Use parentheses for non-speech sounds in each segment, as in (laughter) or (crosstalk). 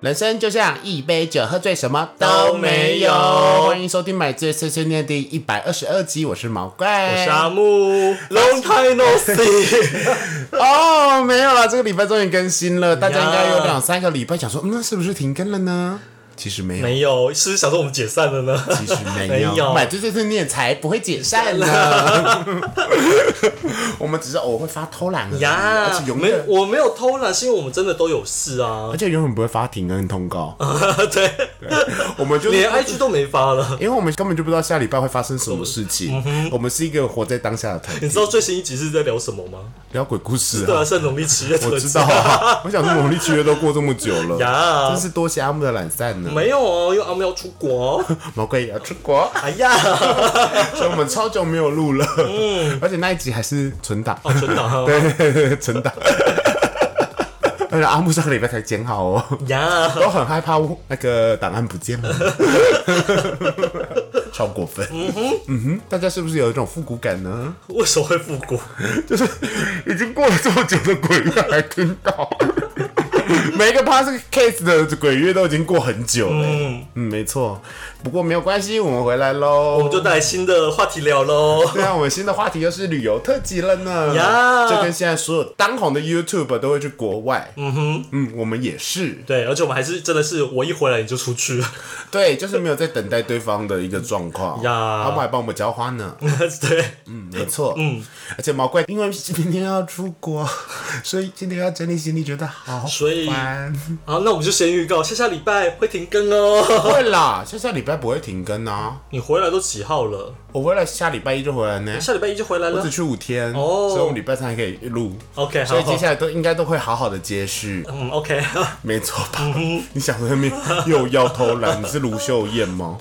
人生就像一杯酒，喝醉什么都没有欢迎收听《买醉碎碎念》第一百二十二集，我是毛怪，我是阿木，Long time no (laughs) see，哦，没有了，这个礼拜终于更新了，大家应该有两三个礼拜想说，嗯，那是不是停更了呢？其实没有，没有，是不是想说我们解散了呢？ (laughs) 其实没没有，有买醉碎碎念才不会解散 (laughs) 呢。我们只是偶尔会发偷懒而已，呀而且，永没远，，我没有偷懒，是因为我们真的都有事啊而，且永远不会发停更通告， (laughs) 对，啊我们就啊连 IG 都没发了。因为我们根本就不知道下礼拜会发生什么事情，嗯我们是一个活在当下的团你体，知道最新一集是在聊什么吗？聊鬼故事对啊啊，。是农历七月特辑。我知道啊，我想说农历七月都过这么久了， (laughs) 呀真是多谢阿木的懒散呢。没有哦，因为阿妹要出国。毛怪也要出国， (laughs) 哎呀，所以我们超久没有录了，而且那一集还是存档，嗯哦，存档啊 (laughs) 对，存档。而且阿木上个礼拜才剪好哦，呀，我很害怕我那个档案不见 (laughs) 了，超过分。嗯哼，大家是不是有一种复古感呢？为什么会复古？就是 (laughs) 已经过了这么久的鬼月还听到， (laughs) 每一个 pass case 的鬼月都已经过很久了、嗯嗯，没错。不过没有关系，我们回来喽。我们就带来新的话题聊喽。对啊，我们新的话题又是旅游特辑了呢。呀就跟现在所有当红的 YouTube 都会去国外。嗯哼，嗯，我们也是。对，而且我们还是真的是我一回来你就出去，对，就是没有在等待对方的一个状况。呀他们还帮我们浇花呢。 (laughs) 对，嗯，没错。嗯，而且毛怪因为明天要出国， (laughs) 所以今天要整理行李，觉得好所以烦。好，那我们就先预告，下下礼拜会停更哦。会啦，下下礼拜不会停更啊。你回来都几号了？我回来下礼拜一就回来呢，下礼拜一就回来我了只。去五天，哦所以我们礼拜三还可以录。 OK，好所以接好。下来都应该都会好好的接续，嗯，OK， (laughs) 没错吧？嗯你想在那边又要偷 (laughs) 懒，你是卢秀燕吗？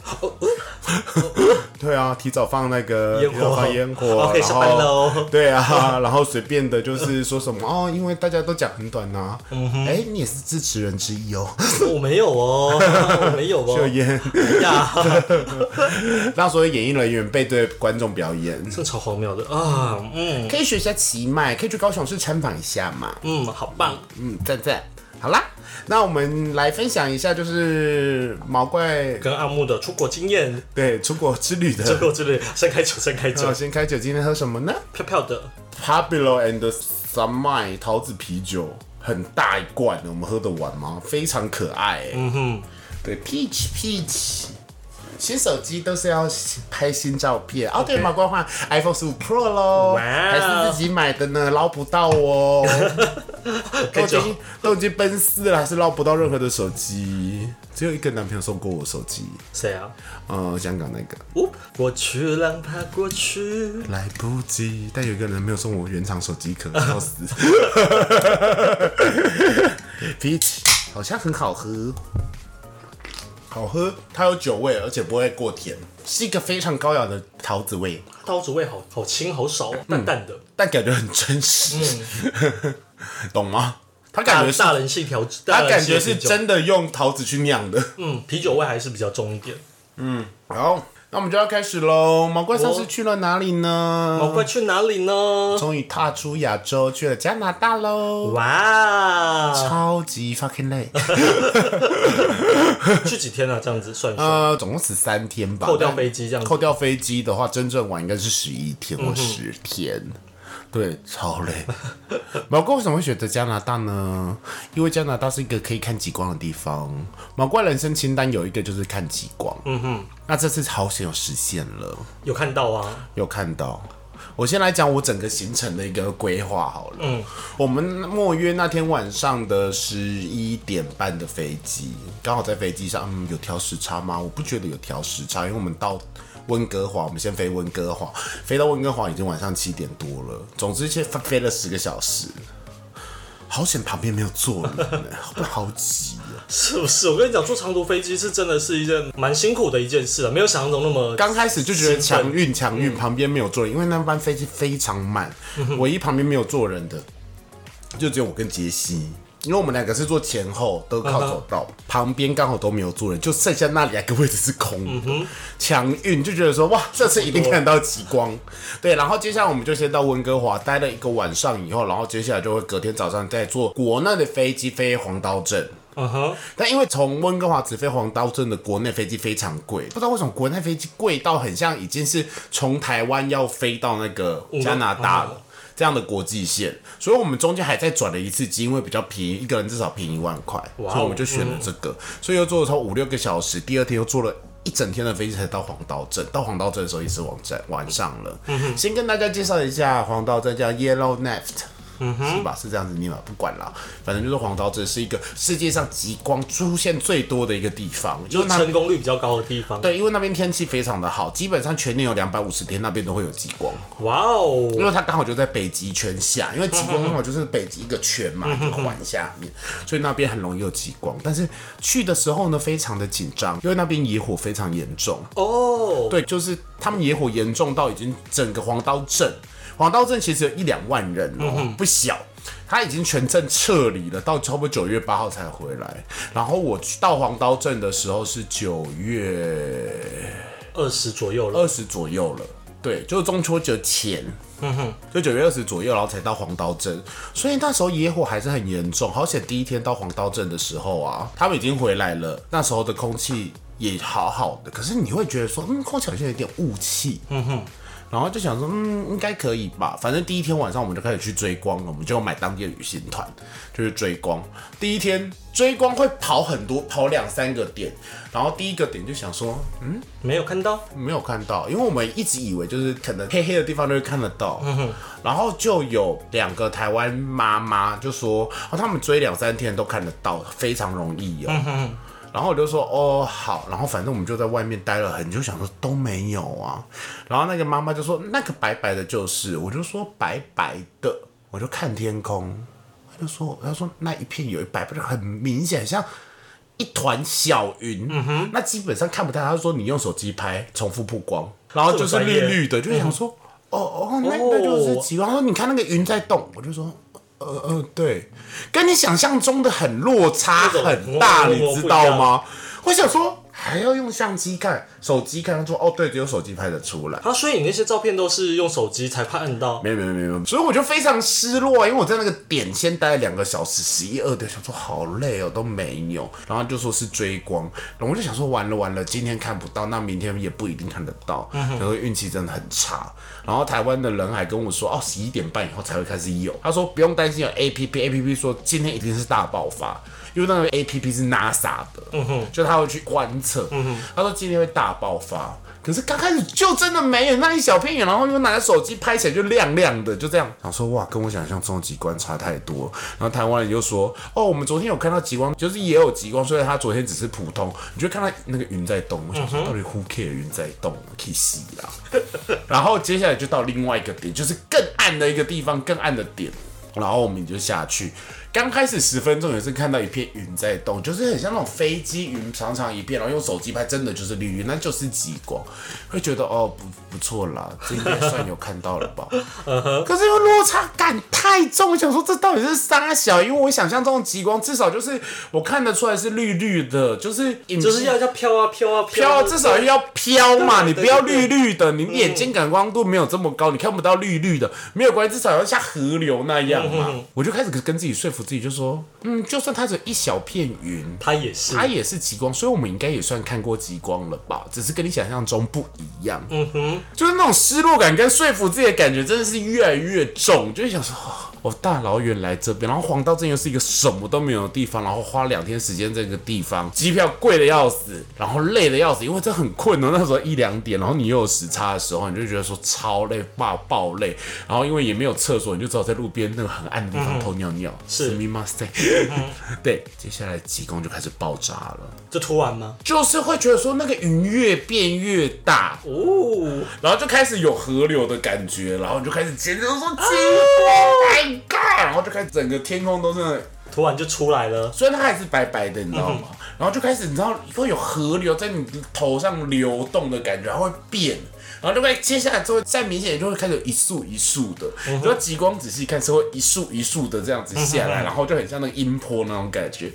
对啊，提早放那个烟火提哦早放烟 (laughs) 火 OK，然下班了后哦对啊，然后随便的就是说什么哦，因为大家都讲很短呐、嗯啊，哎，你也是支持人之一哦，我没有哦， (laughs) 我没有秀 (laughs) 哦。 (laughs) 燕，呀，那所以演艺人员背对观众表演，这超荒谬的啊！嗯可以学一下奇迈，可以去高雄市参访一下嘛。嗯，好棒。嗯，赞赞。好啦，那我们来分享一下，就是毛怪跟阿木的出国经验，对出国之旅这的。个真的先开酒，先开酒那我，先开酒，今天喝什么呢飘飘的。 ？Pablo and Samai 桃子啤酒，很大一罐，我们喝得完吗？非常可爱、欸。嗯哼，对，Peach Peach。新手机都是要拍新照片哦。对，毛怪换 iPhone 十五 Pro 喽，哇还是自己买的呢，捞不到 (laughs) 哦。都已开酒经都已经奔四了，还是捞不到任何的手机。只有一个男朋友送过我手机，谁啊？呃，香港那个哦，过去让它过去。来不及，但有一个人没有送我原厂手机壳，笑死。Peach 好像很好喝，好喝，它有酒味，而且不会过甜，是一个非常高雅的桃子味，刀子味好好轻好少，嗯淡淡的，但感觉很真实， (laughs) 懂吗？它感大觉是，大人性调制，它大人感性觉的是啤酒，真的用桃子去酿的。嗯，啤酒味还是比较重一点。好，那我们就要开始喽。毛怪上次哦去了哪里呢？毛怪去哪里呢？终于踏出亚洲，去了加拿大喽。哇，超级 fucking 累， (laughs) 去几天啊？这样子算一算，呃，总共十三天吧。扣掉飞机这样子扣掉飞机的话，真正玩应该是十一天或十天。嗯对，超累。 (laughs) 毛怪为什么会选择加拿大呢？因为加拿大是一个可以看极光的地方。毛怪人生清单有一个就是看极光。嗯哼，那这次好险有实现了。有看到啊？有看到。我先来讲我整个行程的一个规划好了。嗯，我们莫约那天晚上的十一点半的飞机，刚好在飞机上，嗯，有调时差吗？我不觉得有调时差，因为我们到温哥华，我们先飞温哥华，飞到温哥华已经晚上七点多了。总之，先飞飞了十个小时。好险旁边没有坐人、欸，不然好挤哦、是不是？我跟你讲，坐长途飞机是真的是一件蛮辛苦的一件事啊，没有想象中那么刚开始就觉得强运强运，旁边没有坐人，因为那班飞机非常慢，唯一旁边没有坐人的就只有我跟杰西。因为我们两个是坐前后，都靠走道，旁边刚好都没有坐人，就剩下那里两个位置是空的。强、运就觉得说，哇，这次一定看到极光。对，然后接下来我们就先到温哥华待了一个晚上以后，然后接下来就会隔天早上再坐国内的飞机飞黄刀镇。嗯哼，但因为从温哥华直飞黄刀镇的国内飞机非常贵，不知道为什么国内飞机贵到很像已经是从台湾要飞到那个加拿大了。这样的国际线，所以我们中间还再转了一次机，因为比较便宜，一个人至少便宜一万块，哇哦嗯所以我们就选了这个，所以又坐了超五六个小时，第二天又坐了。一整天的飞机才到黄刀镇，到黄刀镇的时候也是晚站晚上了。嗯先跟大家介绍一下黄刀镇，叫 Yellow Neft，、是嗯吧？是这样子念吧？不管啦，反正就是黄刀镇是一个世界上极光出现最多的一个地方，因就为是那成功率比较高的地方。，对，因为那边天气非常的好，基本上全年有两百五十天那边都会有极光。哇因哦，为它刚好就在北极圈下，因为极光刚好就是北极一个圈嘛，嗯一个环下面，所以那边很容易有极光。但是去的时候呢，非常的紧张，因为那边野火非常严重。哦，对，就是他们野火严重到已经整个黄刀镇，黄刀镇其实有一两万人哦、不小。他已经全镇撤离了，到差不多九月八号才回来。然后我去到黄刀镇的时候是九月二十左右了。二十左右了，对，就是中秋节前，就九月二十左右，然后才到黄刀镇，所以那时候野火还是很严重。好险第一天到黄刀镇的时候啊，他们已经回来了，那时候的空气也好好的，可是你会觉得说，嗯，空气好像有点雾气，嗯哼。然后就想说，嗯，应该可以吧。反正第一天晚上我们就开始去追光了，我们就买当地的旅行团，就是追光。第一天追光会跑很多，跑两三个点。然后第一个点就想说，没有看到，没有看到，因为我们一直以为就是可能黑黑的地方都会看得到。然后就有两个台湾妈妈就说，哦，他们追两三天都看得到，非常容易哦。然后我就说哦好，然后反正我们就在外面待了很久，想说都没有啊。然后那个妈妈就说那个白白的就是，我就说白白的，我就看天空，她就说她说那一片有一白白的，很明显像一团小云，那基本上看不到。他说你用手机拍，重复曝光，然后就是绿绿的，就想说，哦哦，那那就是极光。他说你看那个云在动，我就说，呃呃，对，跟你想象中的很落差那种很大，模模你不知一道样吗？我想说还要用相机看，手机看，他说哦对，只有手机拍得出来。啊，所以你那些照片都是用手机才看到。没有没有没有没有，所以我就非常失落啊，因为我在那个点先待了两个小时，十一二点，想说好累哦，都没有，然后就说是追光，然后我就想说完了完了，今天看不到，那明天也不一定看得到，然后运气真的很差。然后台湾的人还跟我说，哦，十一点半以后才会开始有，他说不用担心有 A P P，A P P 说今天一定是大爆发。因为那个 A P P 是 NASA 的，就他会去观测，他说今天会大爆发，可是刚开始就真的没有那一小片，然后又拿着手机拍起来就亮亮的，就这样。想说哇，跟我想象中的极光差太多。然后台湾人又说哦，我们昨天有看到极光，就是也有极光，所以他昨天只是普通。你就看到那个云在动，我想说到底 who care 云在动啊，可以洗啦。然后接下来就到另外一个点，就是更暗的一个地方，更暗的点。然后我们就下去，刚开始十分钟也是看到一片云在动，就是很像那种飞机云，长长一片，然后用手机拍，真的就是绿云，那就是极光，会觉得哦不不错啦，这应该算有看到了 (laughs) 吧。可是又落差感太重，我想说这到底是啥小？因为我想象中的极光至少就是我看得出来是绿绿的，就是影就是要要飘啊飘啊飘，啊至少要飘嘛，对啊你不要对嗯绿绿的，你眼睛感光度没有这么高，你看不到绿绿的，没有关系，至少要像河流那样嗯嘛。我就开始跟自己说服自己，就说，嗯，就算它只有一小片云。他也是它也是极光，所以我们应该也算看过极光了吧？只是跟你想象中不一样。嗯哼，就是那种失落感跟说服自己的感觉，真的是越来越重。就是想说， (gasps) 哦我、大老远来这边，然后黄道镇又是一个什么都没有的地方，然后花两天时间在这个地方，机票贵的要死，然后累的要死，因为这很困哦。那时候一两点，然后你又有时差的时候，你就觉得说超累，爆爆累。然后因为也没有厕所，你就只好在路边那个很暗的地方偷尿尿。是密码塞。对，接下来极光就开始爆炸了，就突然吗？就是会觉得说那个云越变越大，哦，然后就开始有河流的感觉，然后你就开始尖叫说极光，My God！然后就开始整个天空都是突然就出来了。虽然它还是白白的，你知道吗？然后就开始，你知道会有河流在你头上流动的感觉，它会变。然后就会接下来就会再明显，就会开始有一束一束的。你知道极光仔细看是会一束一束的这样子下来，然后就很像那个音波那种感觉。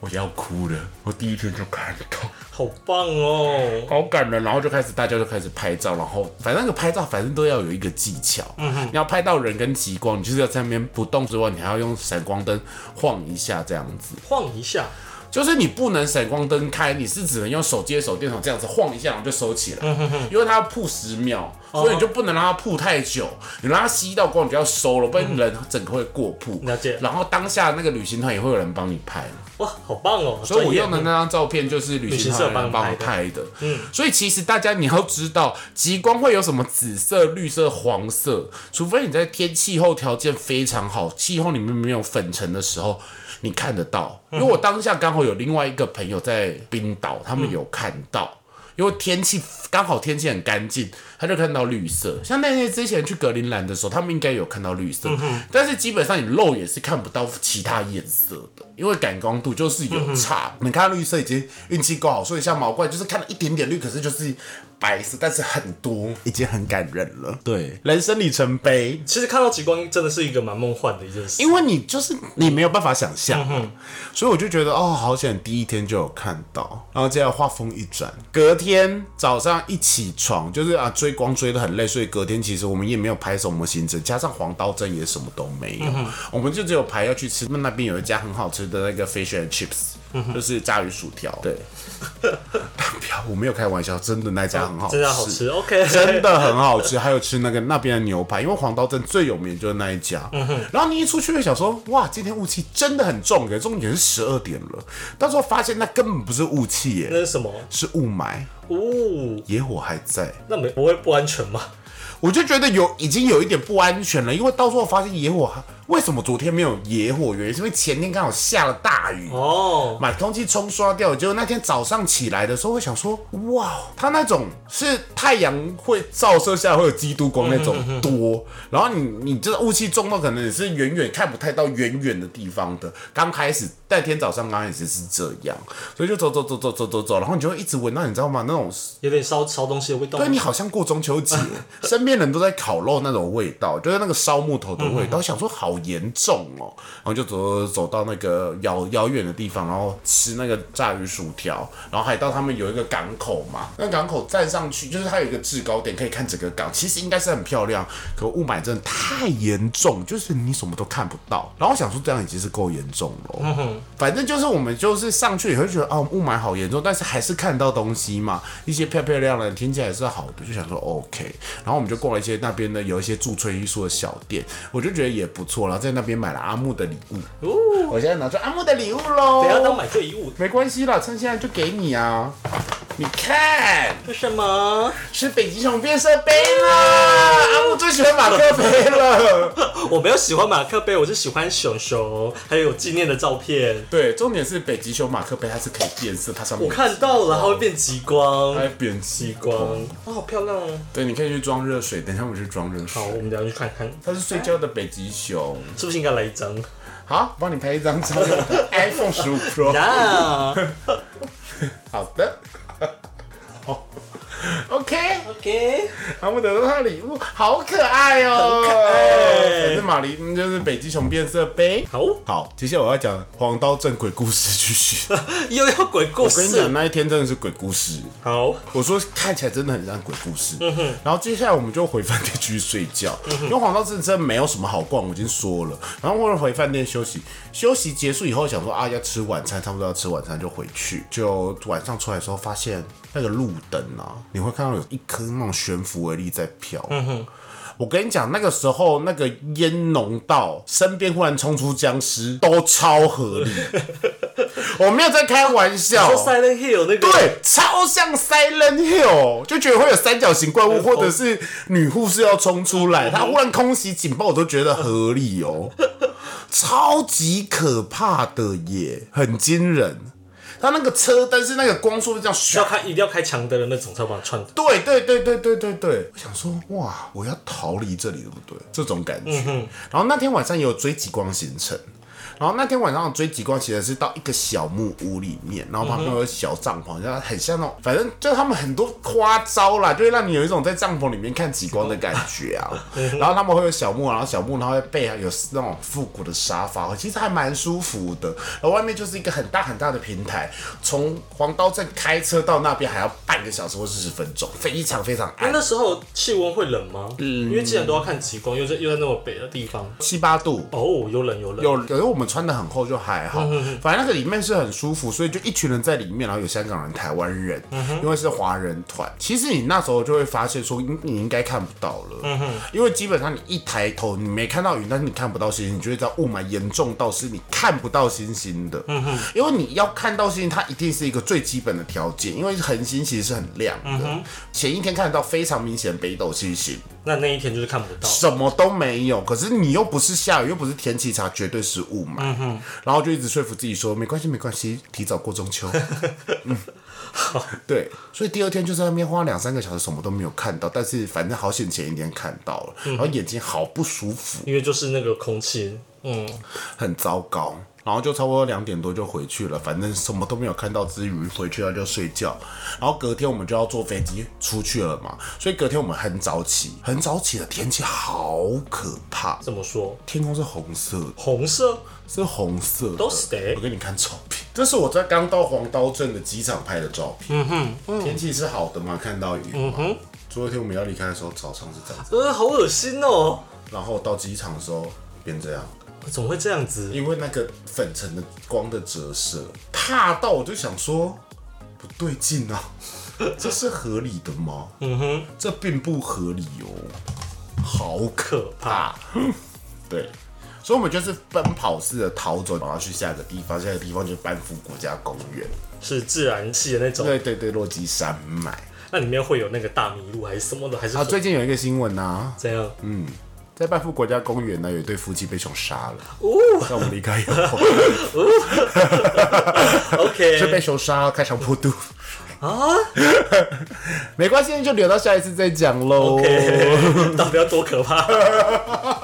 我要哭了，我第一天就看到，好棒哦！好感人。然后就开始大家就开始拍照，然后反正那个拍照反正都要有一个技巧，嗯你要拍到人跟极光，你就是要在那边不动之外，你还要用闪光灯晃一下这样子。晃一下，就是你不能闪光灯开，你是只能用手接手电筒这样子晃一下，然后就收起来，嗯因为它要曝十秒，哦所以你就不能让它曝太久，你让它吸到光，你就要收了，不然人整个会过曝。嗯了解然后当下那个旅行团也会有人帮你拍，哇，好棒哦！所以我专业用的那张照片就是嗯旅行社帮我拍的。嗯，所以其实大家你要知道，极光会有什么紫色、绿色、黄色，除非你在天气候条件非常好，气候里面没有粉尘的时候，你看得到。因为我当下刚好有另外一个朋友在冰岛，他们有看到。因为天气刚好天气很干净，他就看到绿色。像那些之前去格陵兰的时候，他们应该有看到绿色，但是基本上你肉眼是看不到其他颜色的，因为感光度就是有差。你看到绿色已经运气够好，所以像毛怪就是看了一点点绿，可是就是白色，但是很多，已经很感人了。对，人生里程碑。其实看到极光真的是一个蛮梦幻的一件事。因为你就是你没有办法想象啊、所以我就觉得哦，好险第一天就有看到，然后接下来话锋一转，隔天早上一起床就是啊追光追得很累，所以隔天其实我们也没有排什么行程，加上黄刀镇也什么都没有，我们就只有排要去吃那那边有一家很好吃的那个 fish and chips，、就是炸鱼薯条，对， (laughs) 不要，我没有开玩笑，真的那家很好吃，真的好吃，OK，真的很好吃，还有吃那个那边的牛排，因为黄刀镇最有名就是那一家。然后你一出去就想说，哇，今天雾气真的很重耶，重点是十二点了。到时候发现那根本不是雾气那耶，是什么？是雾霾，哦，野火还在。那没不会不安全吗？我就觉得有已经有一点不安全了，因为到时候发现野火，为什么昨天没有野火？原因是因为前天刚好下了大雨。哦，把空气冲刷掉，结果那天早上起来的时候，会想说，哇，它那种是太阳会照射下来会有基督光那种多，然后你你这雾气重到可能你是远远看不太到远远的地方的。刚开始那天早上刚开始是这样，所以就走走走走走走走，然后你就会一直闻到，你知道吗？那种有点烧烧东西的味道。对你好像过中秋节，身边人都在烤肉那种味道，就是那个烧木头的味道。想说好严重哦、然后就走走到那个遥遥远的地方，然后吃那个炸鱼薯条，然后还到他们有一个港口嘛，那港口站上去就是它有一个制高点可以看整个港，其实应该是很漂亮，可雾霾真的太严重，就是你什么都看不到。然后想说这样已经是够严重了哦、反正就是我们就是上去也会觉得哦雾霾好严重，但是还是看到东西嘛，一些漂漂亮亮的，听起来是好的，就想说 OK。然后我们就逛了一些那边的有一些驻村艺术的小店，我就觉得也不错，然后在那边买了阿木的礼物，哦，我现在拿出阿木的礼物等一下当喽，买对衣物。没关系啦，趁现在就给你啊，你看为什么？是北极熊变色杯啦，阿木最喜欢马克杯了。我没有喜欢马克杯，我是喜欢熊熊，还有纪念的照片。对，重点是北极熊马克杯它是可以变色，它上面我看到了，它会变极光它，会变极极光，哇、好漂亮哦！对，你可以去装热水，等一下我们去装热水好，。我们等一下去看看，它是睡觉的北极熊。是不是应该来一 (laughs) 张？好，帮你拍一张照片 (laughs) ，iPhone 十五 Pro。呀、好的。 (laughs) 好 OK， o k 阿木得到他的礼物，好可爱哦、很可爱反正马林嗯就是北极熊变色杯。好，好，接下来我要讲黄刀镇鬼故事继续。 (laughs) 又要鬼故我跟你讲，事。那一天真的是鬼故事。好，我说看起来真的很像鬼故事。然后接下来我们就回饭店去睡觉，因为黄道镇真的没有什么好逛，我已经说了。然后我就回饭店休息，休息结束以后想说啊要吃晚餐，差不多要吃晚餐就回去。就晚上出来的时候发现那个路灯啊，你会看到有一颗那种悬浮微粒在飘。我跟你讲，那个时候那个烟浓到身边忽然冲出僵尸，都超合理。我没有在开玩笑，说 Silent Hill 那个，对，超像 Silent Hill，就觉得会有三角形怪 (laughs) 哦物或者是女护士要冲出嗯来，她忽然空袭警报，我都觉得合理哦，超级可怕的耶，很惊人。它那个车灯是那个光束这样唰，要开一定要开强灯的那种才把它串的。对对对对对对对，我想说哇，我要逃离这里对不对？这种感觉。然后那天晚上也有追极光行程。然后那天晚上的追极光其实是到一个小木屋里面，然后旁边有小帐篷，然后很像那种，反正就他们很多花招啦，就会让你有一种在帐篷里面看极光的感觉啊。然后他们会有小木，然后小木然后会背有那种复古的沙发，其实还蛮舒服的。然后外面就是一个很大很大的平台，从黄刀镇开车到那边还要半个小时或四十分钟，非常非常那暗，那时候气温会冷吗？嗯因为既然都要看极光，又在又在那么北的地方，七八度。哦，有冷有冷。有，可是我们穿的很厚就还好，反正那个里面是很舒服，所以就一群人在里面，然后有香港人、台湾人，因为是华人团。其实你那时候就会发现说，你你应该看不到了，因为基本上你一抬头，你没看到云，但是你看不到星星，你就会知道雾霾严重到是你看不到星星的。因为你要看到星星，它一定是一个最基本的条件，因为恒星其实是很亮的，前一天看得到非常明显的北斗七星。那那一天就是看不到。什么都没有，可是你又不是下雨，又不是天气差，绝对是雾霾。然后就一直说服自己说没关系，没关系，提早过中秋。嗯，对，所以第二天就在那边花两三个小时，什么都没有看到，但是反正好险前一天看到了，然后眼睛好不舒服，因为就是那个空气，嗯，很糟糕。然后就差不多两点多就回去了，反正什么都没有看到之余，回去了就睡觉。然后隔天我们就要坐飞机出去了嘛，所以隔天我们很早起，很早起的天气好可怕，怎么说？天空是红色的，红色是红色的。都是的我给你看照片，这是我在刚到黄刀镇的机场拍的照片。嗯哼，天气是好的嘛，看到云。嗯哼。昨天我们要离开的时候，早上是这样子，呃，好恶心哦、然后到机场的时候变这样，怎么会这样子？因为那个粉尘的光的折射，怕到我就想说不对劲 (laughs) 啊，这是合理的吗？嗯哼，这并不合理哦，好可可怕！对，所以我们就是奔跑式的逃走，然后去下一个地方，下一个地方就是班夫国家公园。是自然系的那种，对对对，落基山脉。那里面会有那个大麋鹿还是什么的，还是啊，最近有一个新闻啊，怎样？嗯，在班夫国家公园呢，有一对夫妻被熊杀了。哦在我们离开以后， (laughs) 就被 (laughs) ，OK，熊杀，开肠破肚。啊 (laughs) 没关系，就留到下一次再讲喽。哦，OK，到底要多可怕？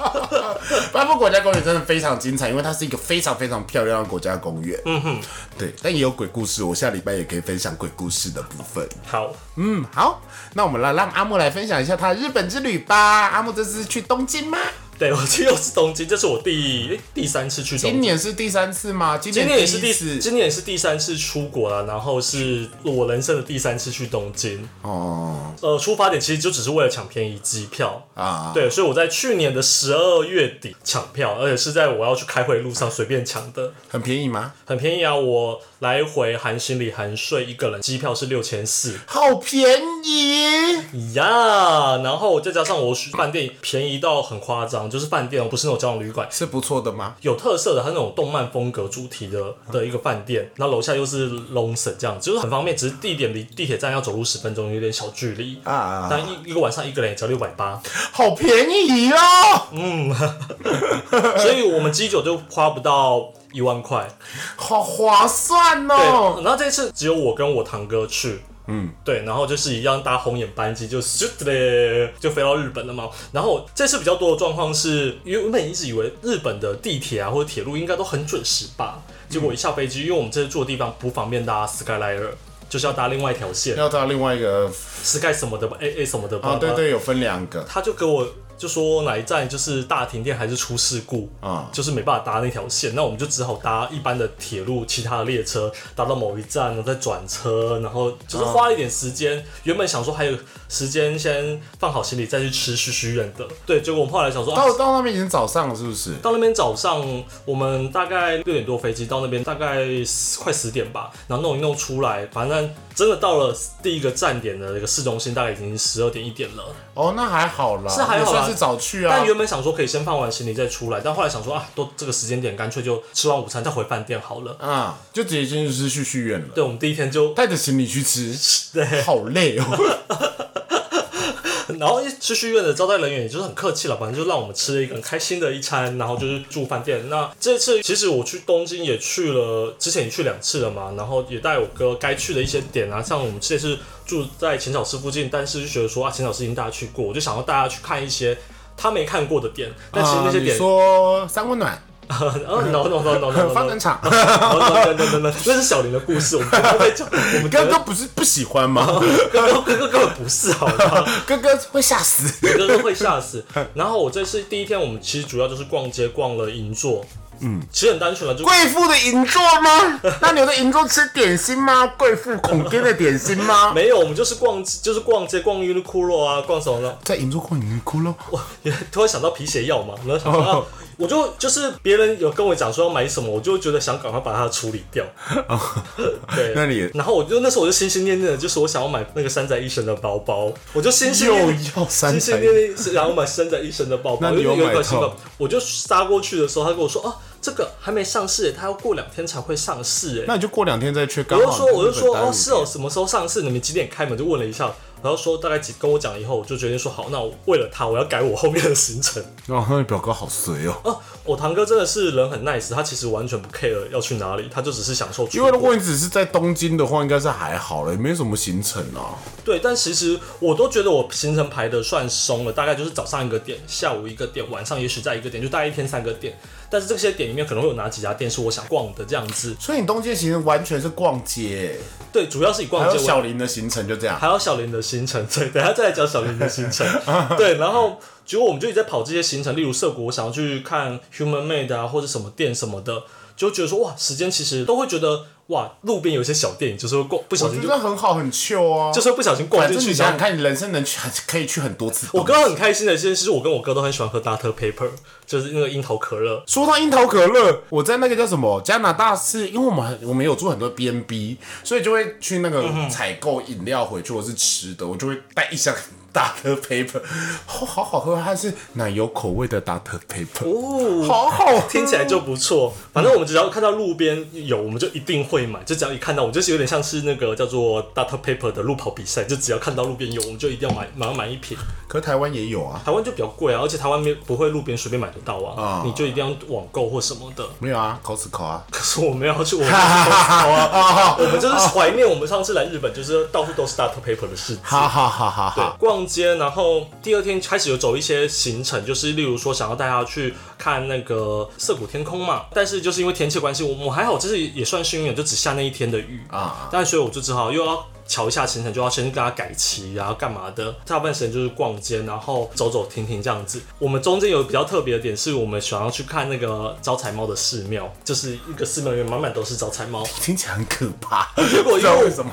(laughs) 班夫国家公园真的非常精彩，因为它是一个非常非常漂亮的国家公园。嗯哼，对，但也有鬼故事，我下礼拜也可以分享鬼故事的部分。好，嗯，好，那我们来让阿木来分享一下他的日本之旅吧。阿木这次去东京吗？对我去又是东京，这是我第诶第三次去东今京。年是第三次吗？今今年年也是第第一次今年也是第三次出国了，然后是我人生的第三次去东京。哦呃，出发点其实就只是为了抢便宜机票，啊，对，所以我在去年的十二月底抢票，而且是在我要去开会路上随便抢的，很便宜吗？很便宜啊！我来回含行李含税，一个人机票是六千四好便宜，呀，然后再加上我去饭店便宜到很夸张，就是饭店哦不是那种交通旅馆。是不错的吗？有特色的，它那种动漫风格主题的的一个饭店，那楼下又是 Lonson 这样子，就是很方便。只是地点离地铁站要走路十分钟，有点小距离啊但一一个晚上一个人也只要六百八，好便宜哦，所以我们机酒就花不到一万块。好划算对，哦。然后这次只有我跟我堂哥去。嗯，对，然后就是一样搭红眼班机，就咻就飞到日本了嘛。然后这次比较多的状况是，因为原本一直以为日本的地铁啊或者铁路应该都很准时吧，结果一下飞机，因为我们这次住的地方不方便搭 Skyliner，就是要搭另外一条线要到另外一个 Sky 什么的吧，A A 什么的嗯吧。啊，对对，有分两个他就给我就说哪一站就是大停电还是出事故啊就是没办法搭那条线，那我们就只好搭一般的铁路，其他的列车搭到某一站，然后再转车，然后就是花了一点时间。啊原本想说还有时间先放好行李再去吃旭旭苑的，对，结果我们后来想说。啊到到那边已经早上了，是不是？到那边早上，我们大概六点多飞机到那边，大概10快十点吧，然后弄一弄出来，反正真的到了第一个站点的那个市中心，大概已经十二点一点了。哦，那还好啦，是还也好啦算是早去啊但。原本想说可以先放完行李再出来，但后来想说啊，都这个时间点，干脆就吃完午餐再回饭店好了。啊，就直接进去去续院了，对，我们第一天就，带着行李去吃，好累 (laughs) 哦。然后一吃旭苑的招待人员也就是很客气了，反正就让我们吃了一个很开心的一餐，然后就是住饭店。那这次其实我去东京也去了，之前也去两次了嘛，然后也带我哥该去的一些点啊，像我们这次住在浅草寺附近，但是就觉得说啊，浅草寺已经大家去过，我就想要大家去看一些他没看过的点，但其实那些啊你点说三温暖哦，no no no no no，发展 (laughs) 场，等等等等， (laughs) 那是小林的故事，我们不会讲。我们哥哥不是不喜欢吗？ (laughs) 哥哥哥哥根本不是，好吗？哥哥会吓死。哥哥会吓死。然后我这次第一天，我们其实主要就是逛街，逛了银座。嗯，其实很单纯了，就贵妇的银座 (laughs) 吗？那你有在银座吃点心吗？贵妇恐爹的点心吗？没有，我们就是逛，就是逛街，逛 Uniqlo 啊，逛什么呢？在银座逛 Uniqlo，我突然想到皮鞋药嘛，然后想哦到、啊，我就就是别人有跟我讲说要买什么，我就觉得想赶快把它处理掉。 (laughs) 对，哦那你然后我就那时候我就心心念念的就是我想要买那个山寨一生的包包，我就心心念又要山心心寨，念念想要买山寨一生的包包，那因你为有有一买款新套款，我就杀过去的时候，他跟我说啊，这个还没上市耶，它要过两天才会上市耶，那你就过两天再去。刚我就好说，我就日本说，耽误哦，是哦，什么时候上市？你们几点开门？就问了一下，然后说大概几跟我讲以后，我就决定说好，那我为了他，我要改我后面的行程。哦，那你表哥好随哦。 (laughs) 哦，我堂哥真的是人很 nice，他其实完全不 care 要去哪里，他就只是享受出因为如国。果你只是在东京的话，应该是还好了，也没什么行程啊。对，但其实我都觉得我行程排的算松了，大概就是早上一个点，下午一个点，晚上也许再一个点，就大概一天三个点。但是这些点里面可能会有哪几家店是我想逛的这样子。所以你东京的行程完全是逛街，对，主要是以逛还街有为主小林的行程就这样。还有小林的行程， (laughs) 对，等一下再来讲小林的 (laughs) 行程。对，然后结果我们就一直在跑这些行程，例如涩谷，我想要去看 Human Made 啊，或者什么店什么的，就觉得说哇，时间其实都会觉得哇，路边有些小店，就是会逛，我不小觉心就得很好，很 chill 啊。 (laughs) 就是会不小心逛反进正去。你想然想后看，你人生能去可以去很多次。我哥很开心的一件事，是我跟我哥都很喜欢喝 Dr Paper，就是那个樱桃可乐。说到樱桃可乐，我在那个叫什么加拿大是，因为我们我们有住很多 B N B，所以就会去那个采购饮料回去，我是吃的，我就会带一箱打特 paper，哦，好好喝，它是奶油口味的打特 paper，哦好好喝，听起来就不错。反正我们只要看到路边有，我们就一定会买。就只要一看到，我们就是有点像是那个叫做 Data Paper 的路跑比赛，就只要看到路边有，我们就一定要买，马上买一瓶。可是台湾也有啊，台湾就比较贵啊，而且台湾没有不会路边随便买得到啊，啊你就一定要网购或什么的。 (laughs) 没有啊，Costco 啊，可是我们要去，我们哈 (laughs) 哈哈我们就是怀念我们上次来日本，就是到处都是 Data Paper 的世界。哈哈哈哈哈，逛街，然后第二天开始有走一些行程，就是例如说想要带他去看那个涩谷天空嘛，但是就是因为天气关系，我我还好，就是也算幸运，就只下那一天的雨啊，但所以我就只好又要。瞧一下行程，就要先跟他改期，然后干嘛的？大部分时间就是逛街，然后走走停停这样子。我们中间有比较特别的点，是我们想要去看那个招财猫的寺庙，就是一个寺庙里面满满都是招财猫。听起来很可怕，结果不知因道为为什么，。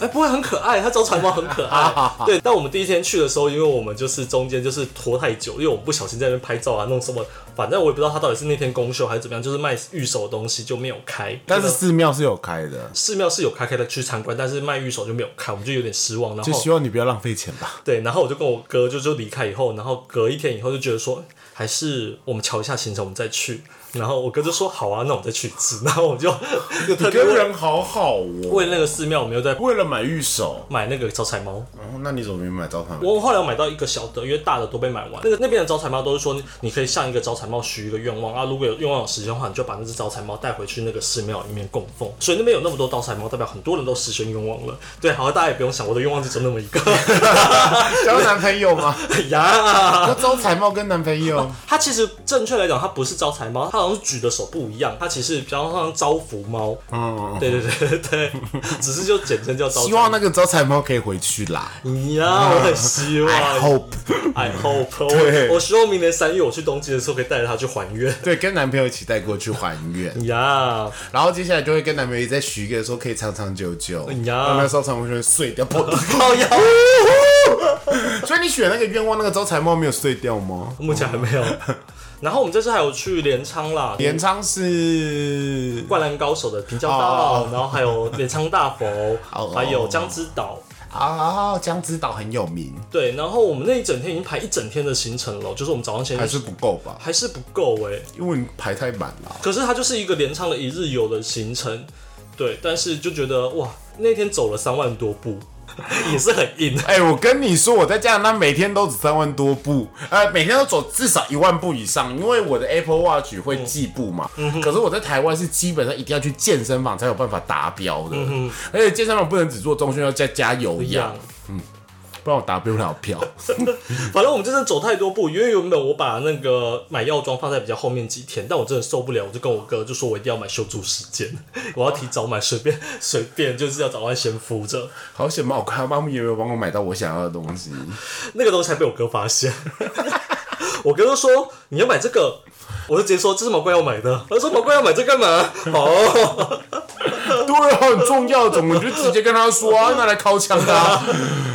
哎、不会很可爱，它招财猫很可爱 (laughs) 对，但我们第一天去的时候，因为我们就是中间就是拖太久，因为我们不小心在那边拍照啊，弄什么，反正我也不知道它到底是那天公休还是怎么样，就是卖预售的东西就没有开。但是就是寺庙是有开的，寺庙是有开开的去参观，但是卖预售就没有开，我们就有点失望。然就后希望你不要浪费钱吧，对，然后我就跟我哥就就离开以后，然后隔一天以后就觉得说，还是我们瞧一下行程，我们再去。然后我哥就说好啊，那我们再去一次。 (laughs) 然后我就就特别跟为人好好哦，为那个寺庙，我们又在为了买玉手。买那个招财猫。哦，那你怎么没买招牌？我后来有买到一个小的，因为大的都被买完。那个那边的招财猫都是说，你可以向一个招财猫许一个愿望啊，如果有愿望有实现的话，你就把那只招财猫带回去那个寺庙里面供奉。所以那边有那么多招财猫，代表很多人都实现愿望了。对，好，大家也不用想，我的愿望就只有那么一个交男朋友 (laughs) 吗？呀。那招财猫跟男朋友，它其实正确来讲，它不是招财猫，它好像是举的手不一样，它其实比较像招福猫。嗯，对对对对对，只是就简称叫招财。希望那个招财猫可以回去啦。呀，我很希望。 I hope， (laughs) (laughs) I hope 对哎我我希望明年三月我去东京的时候，可以带着它去还愿。对，跟男朋友一起带过去还愿，呀然后接下来就会跟男朋友一起再许一个说可以长长久久，哎呀然后那时候长长久久碎掉，破掉。靠腰， (laughs) 所以你许的那个愿望，那个招财猫没有碎掉吗？目前还没有。 (laughs) 然后我们这次还有去镰仓啦，《镰仓是灌篮高手》的平交哦道哦， (laughs) 然后还有镰仓大佛 (laughs) 哦，还有江之岛。哦，江之岛很有名，对，然后我们那一整天已经排一整天的行程了，就是我们早上先还是不够吧？还是不够哎、因为你排太满了。可是它就是一个镰仓的一日游的行程，对，但是就觉得哇，那天走了三万多步， (laughs) 也是很硬。哎、我跟你说，我在加拿大每天都走三万多步，呃，每天都走至少一万步以上，因为我的 Apple Watch 会计步嘛。嗯可是我在台湾是基本上一定要去健身房才嗯有办法达标的，而且健身房不能只做中训，要再加有氧。样。不然我打不了 (laughs) 票。反正我们真的走太多步，因为原本我把那个买药妆放在比较后面几天，但我真的受不了，我就跟我哥就说我一定要买修筑时间， (laughs) 我要提早买，随便随便就是要早上先敷着。好险嘛，我看妈妈也没有帮我买到我想要的东西。那个东西还被我哥发现， (laughs) 我哥就说你要买这个，我就直接说这是毛怪要买的，他就说毛怪要买这干嘛？哦，对啊，很重要，怎么就直接跟他说啊？拿来敲枪的、啊。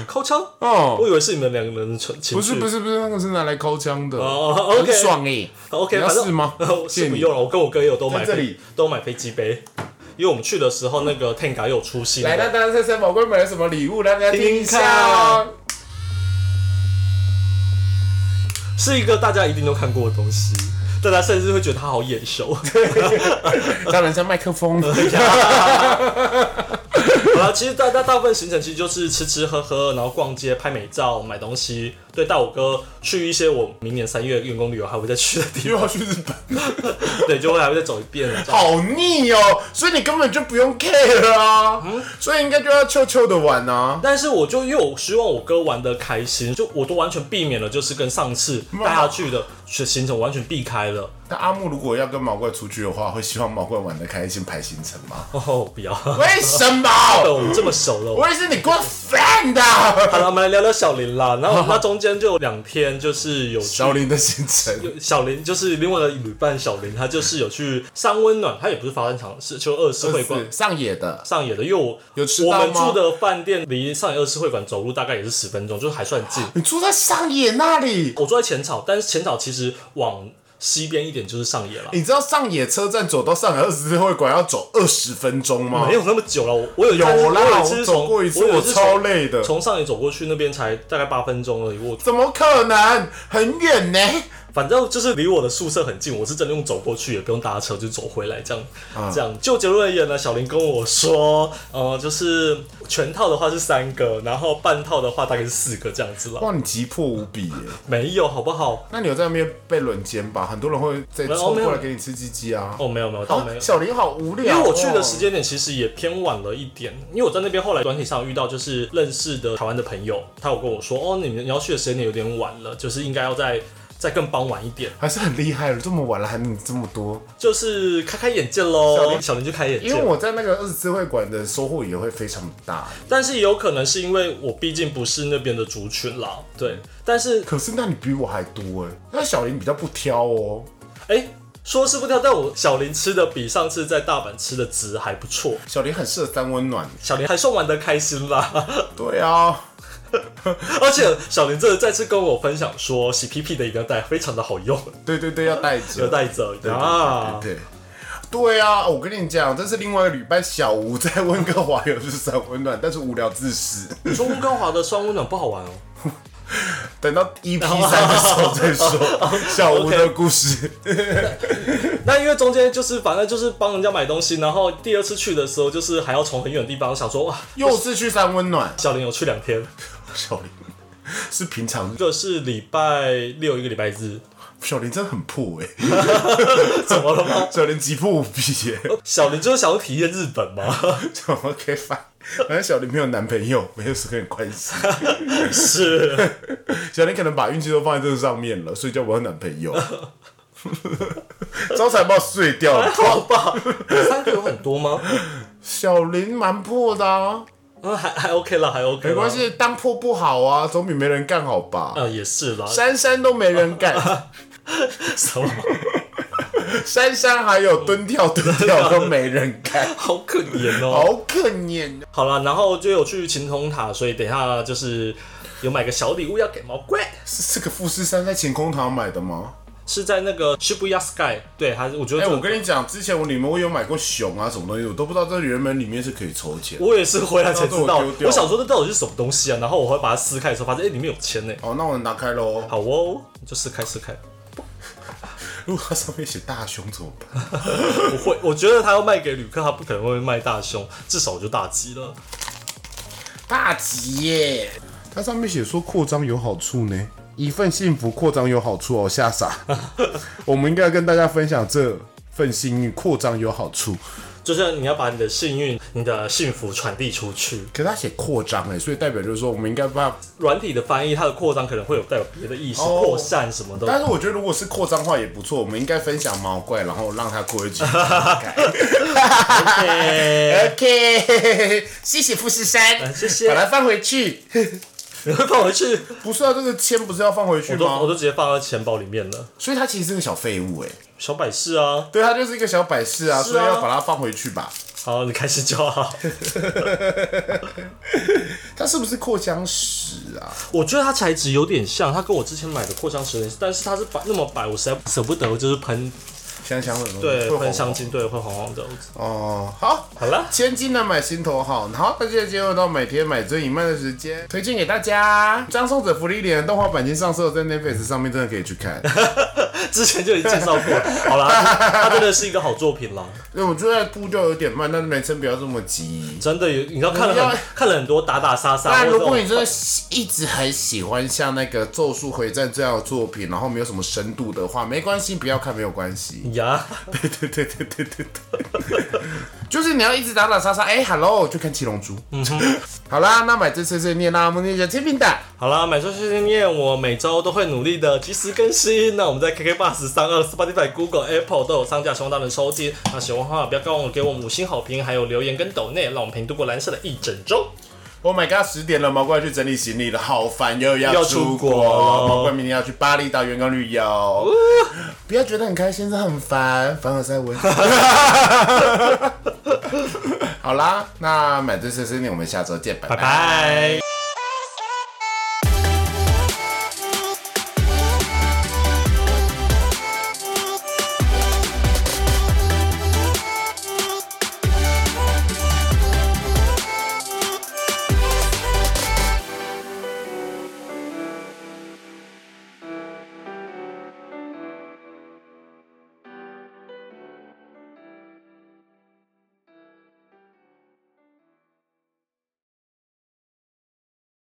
靠枪，哦， (laughs) 我以为是你们两个人的情情不是绪不是不是，那个是拿来敲枪的。哦很，OK 爽哎、 OK，你要反正试吗是谢不你用 (laughs) 了，我跟我哥也有都买在这飞里都买飞机杯，因为我们去的时候那个 Tenga 有出新来，那的。大家猜猜宝贵买了什么礼物？让大家听一下哦。是一个大家一定都看过的东西，大家甚至会觉得它好眼熟。当然像麦克风，好了，其实大大大部分行程其实就是吃吃喝喝，然后逛街、拍美照、买东西。对，带我哥去一些我明年三月员工旅游还会再去的地又要去日本，方， (laughs) 对，就会还会再走一遍了。好腻哦。所以你根本就不用 care 啊，所以应该就要臭臭的玩啊。但是我就因为我希望我哥玩的开心，就我都完全避免了，就是跟上次带他去的行程完全避开了。那阿木如果要跟毛怪出去的话，会希望毛怪玩的开心排行程吗？哦，不要， (laughs) (laughs) 为什么？我们这么熟了，我也是你啊过分的。好 (laughs) 了，我们来聊聊小林啦。然后那中间就有两天，就是有去小林的行程，小林，就是另外的旅伴小林，他就是有去三温暖，他也不是发展场，是就二次会馆是上野的，上野的，因为我有吃我到吗们住的饭店离上野二次会馆走路大概也是十分钟，就是还算近。你住在上野那里。我住在浅草，但是浅草其实往西边一点就是上野了。你知道上野车站走到上海二十四会馆要走二十分钟吗？没有那么久了，我我有一有次啦我有我次走从过一次我有我次超从累的从上野走过去那边才大概八分钟而已。我怎么可能？很远呢、反正就是离我的宿舍很近，我是真的用走过去，也不用搭车，就走回来这样。啊这样就结论而言呢，小林跟我说，呃，就是全套的话是三个，然后半套的话大概是四个这样子了。哇，你急迫无比耶、没有，好不好？那你有在那边被轮奸吧？很多人会再没有冲没过有来给你吃鸡鸡啊。哦，没有没有，倒好 (laughs) 没有。小林好无因聊、为哦。我去的时间点其实也偏晚了一点，因为我在那边后来短体上遇到就是认识的台湾的朋友，他有跟我说，哦，你们你要去的时间点有点晚了，就是应该要再再更傍晚一点，还是很厉害了，这么晚了还能这么多。就是开开眼界小喽。林小林就开眼界，因为我在那个二十四会馆的收获也会非常大。但是也有可能是因为我毕竟不是那边的族群啦，对。但是可是那你比我还多哎、那小林比较不挑哦。哎、说是不挑，但我小林吃的比上次在大阪吃的值还不错，小林很适合三温暖。小林还算玩的开心啦。对啊， (laughs) 而且小林真的再次跟我分享说，洗屁屁的饮料袋非常的好用，对对对，要带有着。带着对啊。对对对对啊，我跟你讲，这是另外一个旅伴小吴在温哥华有是三温暖，但是无聊至死。你说温哥华的双温暖不好玩哦？等到 EP 三的时候再说小吴的故事。那因为中间就是反正就是帮人家买东西，然后第二次去的时候就是还要从很远的地方，我想说哇，又是去三温暖，小林有去两天，小林是平常一个是礼拜六，一个礼拜日，小林真的很破哎、怎么了吗？小林急迫无比耶、小林就是想要体验日本嘛，怎么可以反？反正小林没有男朋友，没有什么关系。 (laughs) 是小林可能把运气都放在这上面了，所以交不到男朋友。招财猫碎掉了，好吧？三个有很多吗？小林蛮破的啊，嗯，还还 OK 啦，还 OK，啦没关。系，当破不好啊，总比没人干好吧？呃，也是啦，珊珊都没人干，什么？珊珊还有蹲跳蹲跳都没人干，好可怜 (laughs) 哦。好可怜哦。好了，然后就有去晴空塔，所以等一下就是有买个小礼物要给毛怪，是这个富士山在晴空塔买的吗？是在那个 Shibuya Sky，对，还是我觉得哎、这个、我跟你讲，之前我里面我有买过熊啊，什么东西，我都不知道这原本里面是可以抽签。我也是回来才知道，那我丢掉我想说这到底是什么东西啊？然后我会把它撕开的时候，发现哎、里面有钱呢、哦好，那我拿开喽。好哦，你就撕开撕开。 (laughs) 如果它上面写大熊怎么办？不会，我觉得他要卖给旅客，他不可能会卖大胸，至少我就大吉了。大吉耶！它上面写说扩张有好处呢，一份幸福扩张有好处哦， (laughs) 吓傻。我们应该跟大家分享这份幸运扩张有好处，就是你要把你的幸运、你的幸福传递出去。可是他写扩张哎，所以代表就是说我们应该把，软体的翻译，它的扩张可能会有带有别的意思，哦扩散什么但的。是我觉得如果是扩张话也不错，我们应该分享毛怪，然后让他过一句。 OK， (laughs) OK，谢谢富士山，谢谢把它放回去。你会放回去，不是啊，这个签不是要放回去我都我吗？都直接放在钱包里面了。所以他其实是个小废物哎，小百事啊，对他就是一个小摆饰啊，是啊所以要把它放回去吧。 (laughs) 好，你开始就好。他是不是扩香石啊？我觉得它材质有点像，它跟我之前买的扩香石有点像，但是它是摆那么摆，我实在舍不得，就是喷香香的东西，对会喷红香精，对会红红的。哦。好，好了，千金难买心头好，好，那现在进入到每天买最隐漫的时间，推荐给大家张颂者福利脸的动画版已经上市了，在 Netflix 上面真的可以去 (laughs) 看。之前就已经介绍过了。好啦，它真的是一个好作品啦，因为我觉得步调有点慢，但是男生不要这么急。真的有，你知道看了不要很看了很多打打杀杀，但或如者果这你种真的一直很喜欢像那个《咒术回战》这样的作品，然后没有什么深度的话，没关系，不要看没有关 (laughs) 系。呀，对对对对对对对，就是你要一直打打杀杀。哎、h e l l o 就看《七龙珠》。嗯好啦，那买这碎碎念啦，我们念一下煎饼的。好啦，买周碎碎念，我每周都会努力的及时更新。那我们在 KK Bus、三二、Spotify、Google、Apple 都有上架，希望大家能收听。那喜欢的话，不要忘了给我们五星好评，还有留言跟抖内，让我们陪你度过蓝色的一整周。 Oh my god，十点了，毛怪去整理行李了，好烦，又要要出出国。国毛怪明天要去巴厘岛员工旅游，不要觉得很开心，是很烦，凡尔赛 (laughs) 文。好啦，那买醉碎碎念，我们下周见，拜拜拜拜。